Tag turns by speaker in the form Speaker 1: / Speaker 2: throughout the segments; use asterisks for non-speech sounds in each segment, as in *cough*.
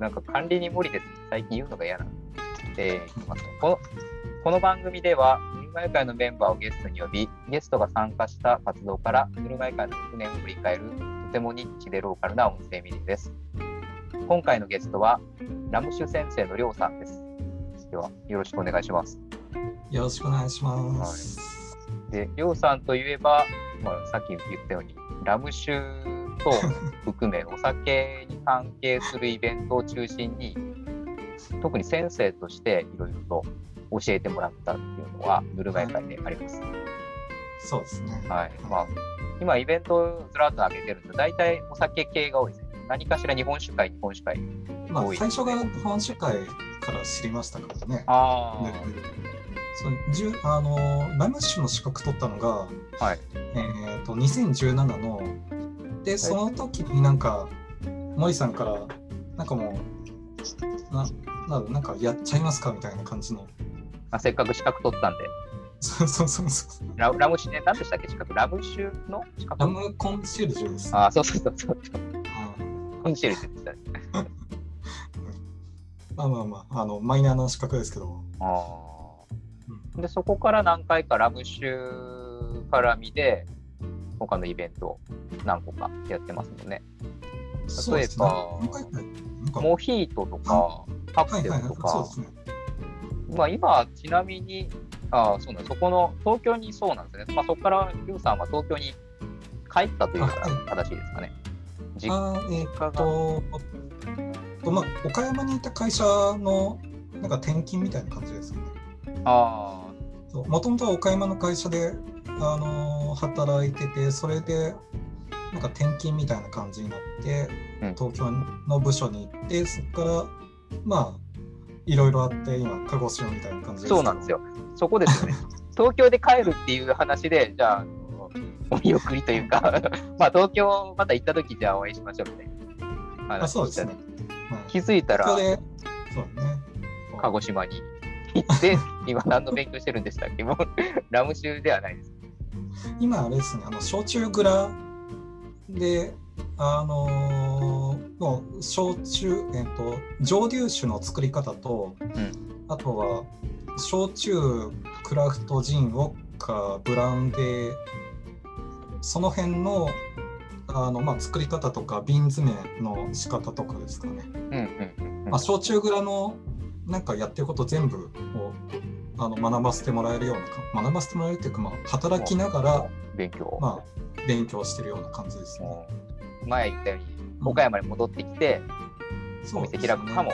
Speaker 1: なんか管理人無理ですって最近言うのが嫌なので、いきますとこのこの番組では、ぬるま湯会のメンバーをゲストに呼び、ゲストが参加した活動から、ぬるま湯会の1年を振り返る、とてもニッチでローカルな音声メディアです。今回のゲストは、ラムシュ先生のりょうさんです。では、よろしくお願いします。
Speaker 2: よろしくお願いします。
Speaker 1: で、りょうさんといえば、まあ、さっき言ったように、ラム酒と含め、お酒に関係するイベントを中心に、特に先生としていろいろと教えてもらったっていうのは、ぬるま湯会であります。
Speaker 2: そうですね。
Speaker 1: はい。まあ、今、イベントをずらっと上げてるんですけど、大体お酒系が多いですね。何かしら日本酒会、日本酒会。
Speaker 2: まあ
Speaker 1: 多い
Speaker 2: 最初が本社会から知りましたからね。
Speaker 1: あ
Speaker 2: ねそうじゅあのラム酒の資格取ったのが、
Speaker 1: はい。
Speaker 2: えー、と2017のでその時になんか森さんからなんかもうななんだろうなんかやっちゃいますかみたいな感じの
Speaker 1: まあ、せっかく資格取ったんで、
Speaker 2: そうそうそうそう
Speaker 1: ララム酒ね、何でしたっけ、資格ラム酒の資格
Speaker 2: ラムコンシェルジュです。
Speaker 1: ああ、そうそうそうそう。
Speaker 2: うん
Speaker 1: コンシェルジュって言ってたね。
Speaker 2: まあまあまああのマイナーな資格ですけど。
Speaker 1: あ
Speaker 2: うん
Speaker 1: ーでそこから何回かラム酒絡みで他のイベントを何個かやってますもんね。
Speaker 2: そうですね
Speaker 1: 例えば
Speaker 2: 何回かなんか
Speaker 1: モヒートとかカ
Speaker 2: は
Speaker 1: プ
Speaker 2: い
Speaker 1: セ
Speaker 2: はい
Speaker 1: ル
Speaker 2: はい
Speaker 1: と、
Speaker 2: そう
Speaker 1: か
Speaker 2: で、すね。
Speaker 1: まあ、今ちなみにあーそうなんそこの東京にそうなんですね、まあ、そこからリュウさんは東京に帰ったというか
Speaker 2: あはい
Speaker 1: 正しいですかね。実家
Speaker 2: あーえーっ
Speaker 1: が
Speaker 2: と、とまあ、岡山にいた会社のなんか転勤みたいな感じですかね。
Speaker 1: あ
Speaker 2: もともとは岡山の会社で、あのー働いてて、それでなんか転勤みたいな感じになって
Speaker 1: うん、
Speaker 2: 東京の部署に行って、そこから、まあ、いろいろあって、今、鹿児島みたいな感じ
Speaker 1: ー
Speaker 2: ですけど
Speaker 1: そうなんですよ。そこですよ
Speaker 2: *laughs*
Speaker 1: ね。東京で帰るっていう話でじゃああのお見送りというか *laughs* まあ東京また行った時じゃあお会いしましょうみたいな
Speaker 2: あ
Speaker 1: 話
Speaker 2: そう
Speaker 1: を
Speaker 2: で
Speaker 1: した
Speaker 2: す
Speaker 1: ん
Speaker 2: ね
Speaker 1: で。
Speaker 2: はい
Speaker 1: 気づいた
Speaker 2: 東京
Speaker 1: ら
Speaker 2: で、そうだね。
Speaker 1: 鹿児島に行って *laughs* 今何の勉強してるんでしたっけもうラム酒ではないです
Speaker 2: 今あれですねあの焼酎蔵であのーもう焼酎えっと蒸留酒の作り方と、
Speaker 1: ん
Speaker 2: あとは焼酎クラフトジンウォッカブランデーその辺のあの、まあ、作り方とか瓶詰めの仕方とかですかね、
Speaker 1: うんうんうん
Speaker 2: まあ、焼酎蔵のなんかやってること全部をあの学ばせてもらえるようなか学ばせてもらえるっていうか、まあ、働きながら
Speaker 1: 勉強、
Speaker 2: まあ、勉強してるような感じですね。
Speaker 1: うん前言ったように岡山に戻ってきて
Speaker 2: そ
Speaker 1: お
Speaker 2: うです
Speaker 1: 店
Speaker 2: ね
Speaker 1: 開くかも、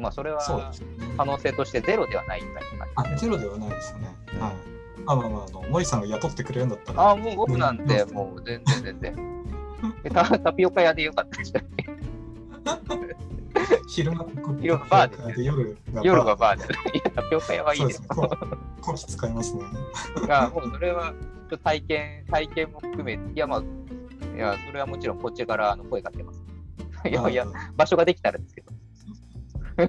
Speaker 1: まあそれ
Speaker 2: そう
Speaker 1: は
Speaker 2: ですね。
Speaker 1: 可能性としてゼロではないみたいな
Speaker 2: あ
Speaker 1: 感じです
Speaker 2: ゼロではないですね。はい。あまあまああの森さんが雇ってくれるんだったら。
Speaker 1: ああもう僕なんてもう全然全然でタタピオカ屋でよかったでしたっけ
Speaker 2: 昼間こ
Speaker 1: 昼間バーですね
Speaker 2: 夜が
Speaker 1: 夜がバーでいやタピオカ屋はいい
Speaker 2: そう
Speaker 1: で
Speaker 2: ですすね。こうこう使いますね。
Speaker 1: が、もうそれはちょっと体験、体験も含め、いや、まあ、いや、それはもちろんこっちからあの声かけます。いやいや
Speaker 2: あ、ー
Speaker 1: 場所ができたらですけど。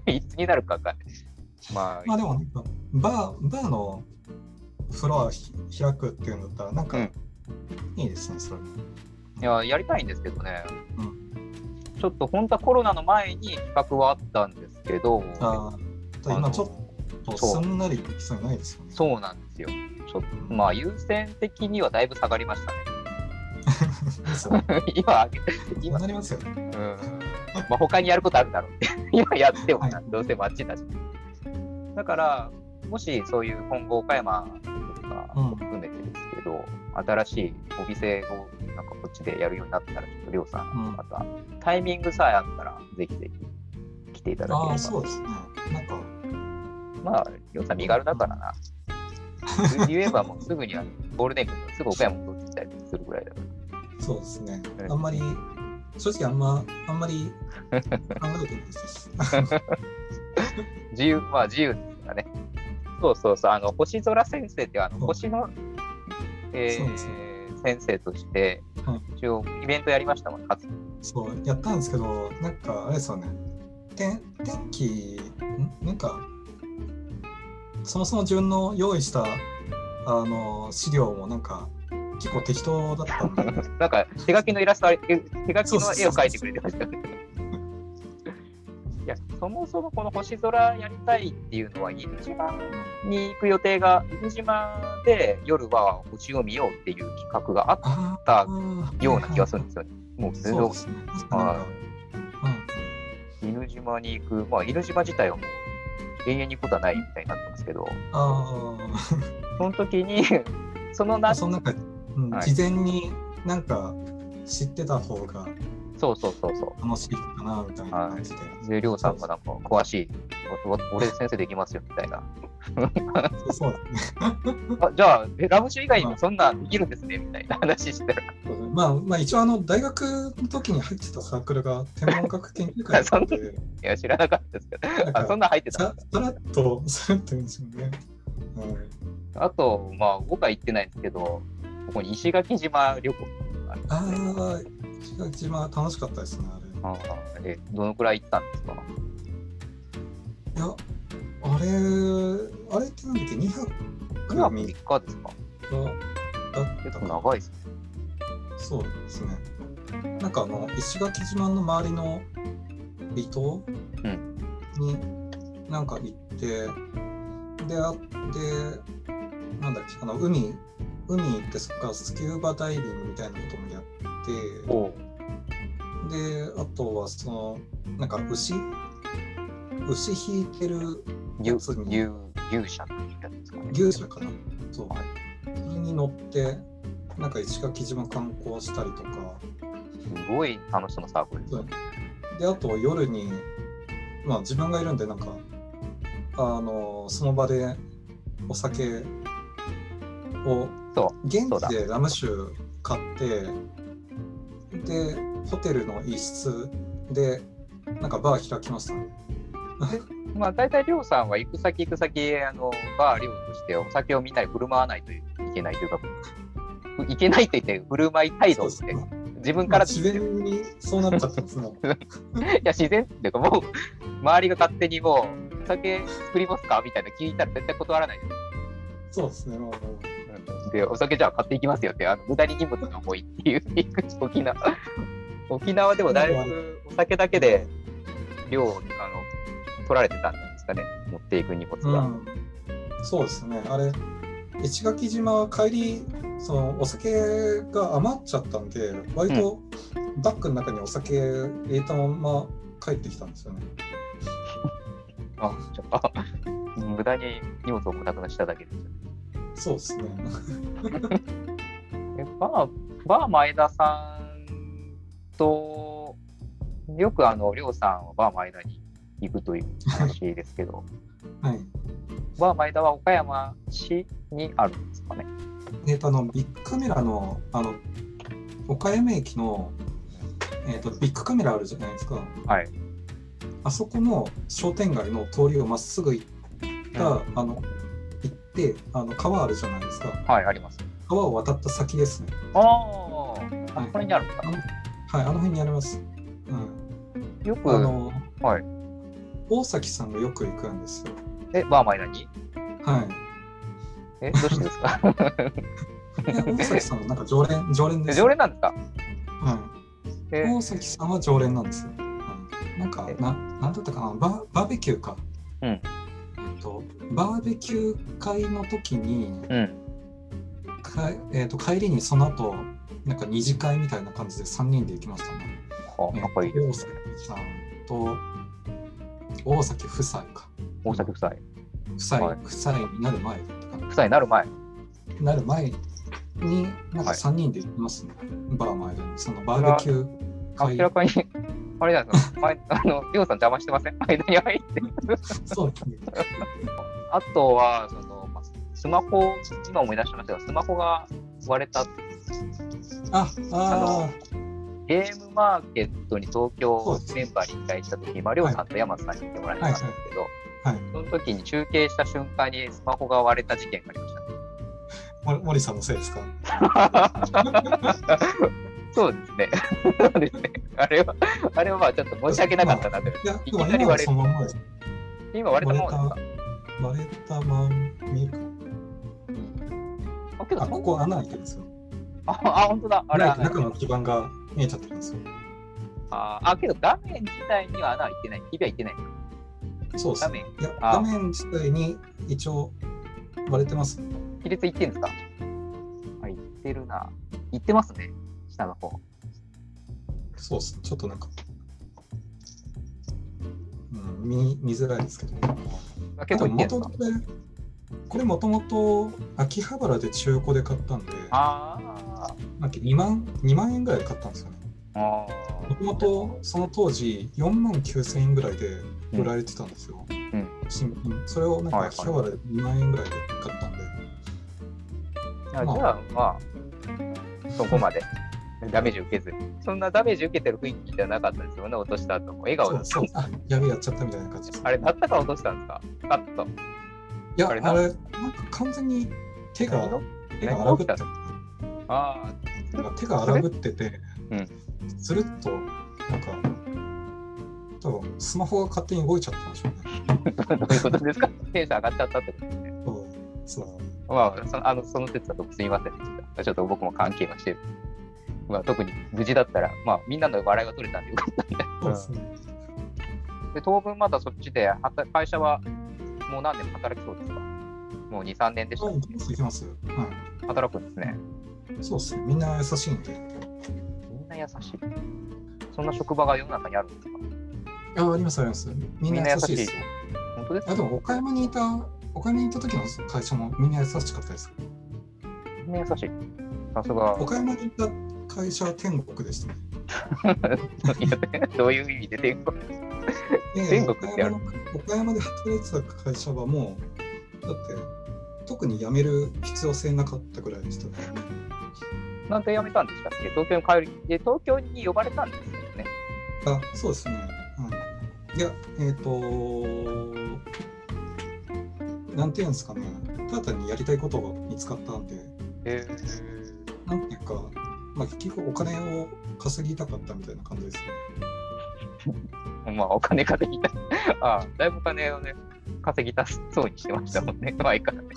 Speaker 1: *laughs* いつになるかわかんない。ま
Speaker 2: まあでもなんかバーバーのフロアひ開くっていうんだったらなんか、
Speaker 1: うん
Speaker 2: いいですねそれ。
Speaker 1: あ、いや、やりたいんですけどね。
Speaker 2: う
Speaker 1: ちょっと本当はコロナの前に企画はあったんですけど、
Speaker 2: ああ。今ちょっと
Speaker 1: そう
Speaker 2: す
Speaker 1: ん
Speaker 2: なりできそうにないですよね。
Speaker 1: そうなんですよ。ちょっとまあ優先的にはだいぶ下がりましたね。*laughs*
Speaker 2: *laughs* ですよね。
Speaker 1: 今、今
Speaker 2: 今なりますよね。
Speaker 1: うんまあ、他にやることあるだろう *laughs* って、今やってもな
Speaker 2: はい
Speaker 1: どうせマッチだし。だから、もしそういう今後、岡山とかも含めてですけど、新しいお店をなんかこっちでやるようになったら、ちょっとりょうさ、
Speaker 2: うんん
Speaker 1: またタイミングさえあったら、ぜひぜひ来ていただけれ
Speaker 2: あ
Speaker 1: ば。
Speaker 2: あそうですね。なんか。
Speaker 1: まあ、りょうさん、身軽だからな。言えばもうすぐにはゴールデンウィークもすぐ岡山戻ってきたりするぐらいだか
Speaker 2: そうですね
Speaker 1: う。ん
Speaker 2: あんまり、正直あんま、あんまり考えてな
Speaker 1: *laughs*
Speaker 2: いです。
Speaker 1: ら、自由、まあ自由ですからね。そうそうそう、あの星空先生っていうあの
Speaker 2: そう
Speaker 1: 星の、え
Speaker 2: そう
Speaker 1: ー
Speaker 2: です
Speaker 1: 先生として
Speaker 2: はい、
Speaker 1: 一応イベントやりましたもんね、初
Speaker 2: そう、やったんですけど、なんかあれですよね。天天気、んなんか、そもそも自分の用意したあの資料もなんか、結構適当だったんで、
Speaker 1: *laughs*
Speaker 2: *laughs*
Speaker 1: なんか手書きのイラストあれ、手手書きの絵を描いてくれてましたよね。いやそもそもこの星空やりたいっていうのは伊豆島に行く予定が伊豆島で夜は星を見ようっていう企画があっ
Speaker 2: あ
Speaker 1: た
Speaker 2: ー
Speaker 1: ような気がするんですよね。もうずっ
Speaker 2: そう
Speaker 1: と
Speaker 2: ですね。
Speaker 1: は
Speaker 2: うん
Speaker 1: 犬島に行く、まあ、犬島自体はもう永遠に行くことはないみたいになってますけど、
Speaker 2: あ
Speaker 1: その時に *laughs* その
Speaker 2: あ、
Speaker 1: 夏
Speaker 2: そのなんか、うん
Speaker 1: はい
Speaker 2: 事前になんか知ってた方が
Speaker 1: そうそうそうそ
Speaker 2: 楽しいかなみたいな感じで。
Speaker 1: う。で、りょうさんがなんか詳しい。おお俺先生できますよみたいな。
Speaker 2: そうそうですね
Speaker 1: あじゃあ、えラム酒以外にもそんなできるんですねみたいな話してる。
Speaker 2: そうですね。まあ、まあ、一応あの大学の時に入ってたサークルが天文学研
Speaker 1: *laughs*
Speaker 2: 究会だったんで、
Speaker 1: いや、知らなかったですけど。
Speaker 2: なん
Speaker 1: あ、そ
Speaker 2: か
Speaker 1: んなん入ってた。
Speaker 2: ささらっとさらっと言うんですよね。はい
Speaker 1: あと、まあ、僕は行ってないんですけど、ここに石垣島旅行がありま
Speaker 2: あ
Speaker 1: すね。
Speaker 2: あ、石垣島楽しかったですね、あれ。い
Speaker 1: あーえどのくらい行ったんですか
Speaker 2: や、あれ、あれってなんだっけ、2泊
Speaker 1: ?2 泊
Speaker 2: 3日
Speaker 1: 3日ですか
Speaker 2: だった
Speaker 1: 結
Speaker 2: か
Speaker 1: 構
Speaker 2: な。
Speaker 1: 長いですね。
Speaker 2: そうですね。なんかあの石垣島の周りの離島
Speaker 1: う
Speaker 2: になんか行って、で、あって、なんだっけ、あの海、海行ってそこからスキューバダイビングみたいなこともやっ
Speaker 1: おう
Speaker 2: て、で、あとはその、なんか牛牛引いてる
Speaker 1: 牛
Speaker 2: そうですね
Speaker 1: 牛牛舎って言ったんですかね。
Speaker 2: 牛舎かなそう。それに乗って、なんか石垣島観光したりとか、
Speaker 1: すごい楽しそうなサークルですね。
Speaker 2: であと夜に、まあ、自分がいるんでなんかあのその場でお酒を
Speaker 1: そ
Speaker 2: 現
Speaker 1: そうだ
Speaker 2: 地でラム酒買ってでホテルの一室でなんかバー開きましたね
Speaker 1: う。まあ大体りょうさんは行く先行く先あのバーりょうとしてお酒をみんなに振る舞わないといけないというか、ふいけないと言って振る舞い態度って
Speaker 2: そう
Speaker 1: 自分
Speaker 2: ま
Speaker 1: か
Speaker 2: あ
Speaker 1: ら
Speaker 2: 自
Speaker 1: い
Speaker 2: 然にそうなっちゃったんですね
Speaker 1: や自然っていうかもう周りが勝手にもうお酒作りますかみたいな聞いたら絶対断らないです。
Speaker 2: そうですねもう
Speaker 1: でお酒じゃあ買っていきますよってあの無駄に荷物が多いっていう沖縄沖縄でもだいぶお酒だけで量をあの取られてたんですかね持っていく荷物
Speaker 2: う
Speaker 1: が、
Speaker 2: んそうですねあれ石垣島は帰りそのお酒が余っちゃったんで割とバッグの中にお酒入れたまま帰ってきたんですよね。
Speaker 1: あちょっと無駄に荷物を重たくなしただけですよね
Speaker 2: そうですね。
Speaker 1: えバーバー前田さんとよくあのりょうさんはバー前田に行くという話ですけ *laughs* ど
Speaker 2: はい。
Speaker 1: バー前田は岡山市にあるんですかね
Speaker 2: えっ、とあのビッグカメラのあの岡山駅のえっ、とビッグカメラあるじゃないですか。
Speaker 1: はい
Speaker 2: あそこの商店街の通りをまっすぐ行った、
Speaker 1: は
Speaker 2: あの行ってあの川あるじゃないですか。
Speaker 1: はいあります
Speaker 2: 川を渡った先ですね。
Speaker 1: あーあ
Speaker 2: はい
Speaker 1: これにあるんだ
Speaker 2: はい、あの辺にあります。うん、
Speaker 1: よく
Speaker 2: あの、
Speaker 1: はい、
Speaker 2: 大崎さんがよく行くんですよ。
Speaker 1: え、バーマイナに
Speaker 2: はい。
Speaker 1: え、どうしてです *laughs* か
Speaker 2: え大崎さんのなんか常連、常連です。
Speaker 1: 常連なんですか
Speaker 2: はい。
Speaker 1: え
Speaker 2: 大崎さんは常連なんですよ。うんなんか、
Speaker 1: え
Speaker 2: な、なんだったかな、バ、バーベキューか。
Speaker 1: うん
Speaker 2: えっと、バーベキュー会の時に、
Speaker 1: うん。
Speaker 2: かえっ、と、帰りにその後。なんか二次会みたいな感じで三人で行きましたね。
Speaker 1: はあ、
Speaker 2: えっ
Speaker 1: か
Speaker 2: と
Speaker 1: っこいい。
Speaker 2: 大崎さんと。大崎夫妻か。
Speaker 1: 大崎夫妻。
Speaker 2: 夫妻、
Speaker 1: はい
Speaker 2: 夫妻になる前だったかな
Speaker 1: 夫妻になる前。
Speaker 2: なる前に、なんか
Speaker 1: はい
Speaker 2: 3人で行きますね、バー前で、そのバーベキュー
Speaker 1: 明
Speaker 2: 会。
Speaker 1: らかに、 *laughs* あれじゃないですか。前あの、りょうさん邪魔してません間に入って。
Speaker 2: そうですね。
Speaker 1: あとは、その、まあスマホ、今思い出しましたが、スマホが割れた
Speaker 2: あ、あ
Speaker 1: ゲームマーケットに東
Speaker 2: そう
Speaker 1: 京
Speaker 2: です
Speaker 1: メンバーに対した時に、まあ、りょうさんと山津さんに行ってもらいましたんですけど、
Speaker 2: はいはい
Speaker 1: その時に中継した瞬間にスマホが割れた事件があり *laughs* ました。
Speaker 2: あ、も森さんのせいですか。
Speaker 1: そうですね。そうですね。あれは、あれはまあちょっと申し訳なかったなという。
Speaker 2: いや、
Speaker 1: い
Speaker 2: で
Speaker 1: きな
Speaker 2: も
Speaker 1: り
Speaker 2: 今は
Speaker 1: 割れ
Speaker 2: そのまんまです。
Speaker 1: 今割れたもので
Speaker 2: 割れたまん見えるか。
Speaker 1: すかあ、けど
Speaker 2: あ、ここ穴開いてるんですよ。
Speaker 1: あ、あ本当だ。あれ、
Speaker 2: 中の基盤が見えちゃってるんですよ。
Speaker 1: あーあ、けど画面自体には穴はいってない。ひびはいってない。
Speaker 2: そうです
Speaker 1: 画
Speaker 2: ね。
Speaker 1: 面、
Speaker 2: いや
Speaker 1: あ
Speaker 2: 画面自体に一応割れてますね。
Speaker 1: 比率いってんですかあ、いってるな。いってますね。下の方。
Speaker 2: そうですね。ちょっとなんか、うん、見見づらいですけど。
Speaker 1: あ
Speaker 2: で
Speaker 1: 結構
Speaker 2: も
Speaker 1: いってんす
Speaker 2: 元
Speaker 1: か
Speaker 2: 々これもともと秋葉原で中古で買ったんで、
Speaker 1: あー
Speaker 2: なんか2万 ,2 万円ぐらいで買ったんですよね。
Speaker 1: あー。
Speaker 2: もともとその当時4万9000円ぐらいで売られてたんですよ。
Speaker 1: うん
Speaker 2: 新品それをなんか
Speaker 1: はいはい
Speaker 2: 秋葉原で2万円ぐらいで買ったんで、
Speaker 1: あじゃあまあそこまでダメージ受けずにそんなダメージ受けてる雰囲気じゃなかったですよね落とした後も笑顔
Speaker 2: そ
Speaker 1: で
Speaker 2: うそうあやべえやっちゃったみたいな感じです。
Speaker 1: あれ立ったから落としたんですかパッと
Speaker 2: いや、
Speaker 1: あ
Speaker 2: あ
Speaker 1: れ
Speaker 2: れ、
Speaker 1: な
Speaker 2: なんか完全に手が、手が荒ぶって
Speaker 1: ああ
Speaker 2: 手が荒ぶってて
Speaker 1: う、
Speaker 2: ずるっと、なんか、多分スマホが勝手に動いちゃったんでしょうね。
Speaker 1: どういうことですかテンション上がっちゃったってことですね
Speaker 2: そうそう
Speaker 1: まあそのあのその説だとすみませんでしたちょっと僕も関係はしてるまあ、特に無事だったら、まあ、みんなの笑いが取れたんでよかったんで
Speaker 2: そうですね。
Speaker 1: で当分まだそっちで働会社はもう何年も働きそうですかもう23年でした
Speaker 2: あ
Speaker 1: っ
Speaker 2: いきます、いきます。は
Speaker 1: け働くんですね
Speaker 2: い。そうですね。みんな優しいんで。
Speaker 1: みんな優しい。そんな職場が世の中にあるんですか
Speaker 2: あ、あります、あります。みんな優しいですよ。
Speaker 1: 本当です
Speaker 2: あ、
Speaker 1: か
Speaker 2: でも、岡山にいた、岡山にいた時の会社もみんな優しかったです。
Speaker 1: みんな優しい。さすが。
Speaker 2: 岡山にいた会社は天国でしたね。
Speaker 1: *laughs* いやどういう意味で天国
Speaker 2: いやいや
Speaker 1: 天国ってある
Speaker 2: 岡山の岡山で働いてた会社はもうだって特に辞める必要性なかったぐらいでしたね
Speaker 1: なんで辞めたんですかっけ東京に帰る。で、東京に呼ばれたんですよね。
Speaker 2: あそうですね、うん、いやえっ、となんていうんですかねただ単にやりたいことが見つかったんで
Speaker 1: え
Speaker 2: なんていうか、まあ、結局お金を稼ぎたかったみたいな感じですね
Speaker 1: まあ、お金稼ぎた。 *laughs* ああ、だいぶお金をね、稼ぎたそうにしてましたもんね、前からね。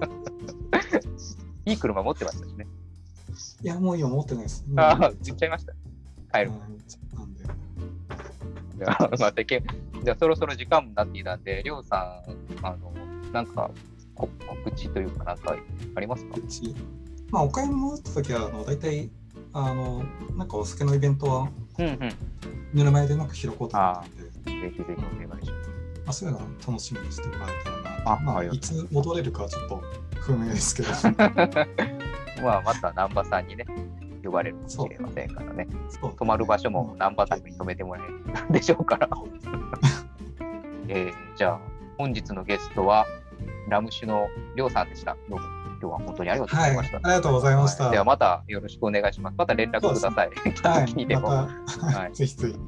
Speaker 1: *laughs* いい車持ってましたしね。
Speaker 2: いやもう今持ってないですもう
Speaker 1: ああ、
Speaker 2: めっ
Speaker 1: 言
Speaker 2: ちゃ
Speaker 1: っちゃいました。帰る
Speaker 2: う。んなんで
Speaker 1: じゃあ、 *laughs* またけ、じゃあそろそろ時間になっていたんで、りょうさん、あの、なんか、こ告知というか、なんか、ありますか
Speaker 2: うちまあ、お買い物った時はあの大体あのなんかお酒のイベントは
Speaker 1: うんうん。ぜ
Speaker 2: 目の前でなんか拾うことだったんで、
Speaker 1: ひぜひお願いします。
Speaker 2: まあ、そういうのは楽しみにしてもらえたら
Speaker 1: あ
Speaker 2: な、ま
Speaker 1: は
Speaker 2: あ、
Speaker 1: い
Speaker 2: いつ戻れるかはちょっと不明ですけど
Speaker 1: まあ、また難波さんにね、呼ばれるかもしれませんからね。
Speaker 2: そう
Speaker 1: 泊まる場所も難波宅に泊めてもらえるでしょう
Speaker 2: *laughs*
Speaker 1: から。えー、じゃあ、本日のゲストは、ラム酒のりょうさんでした。どうも、今日は本当にありがとうご
Speaker 2: は
Speaker 1: ざい
Speaker 2: いあ
Speaker 1: ま
Speaker 2: り
Speaker 1: した。
Speaker 2: がとうございました、
Speaker 1: はいではまたよろしくお願いします。また連絡ください。来た
Speaker 2: は
Speaker 1: 時に
Speaker 2: い
Speaker 1: でも。
Speaker 2: また、
Speaker 1: はい
Speaker 2: ぜひぜひ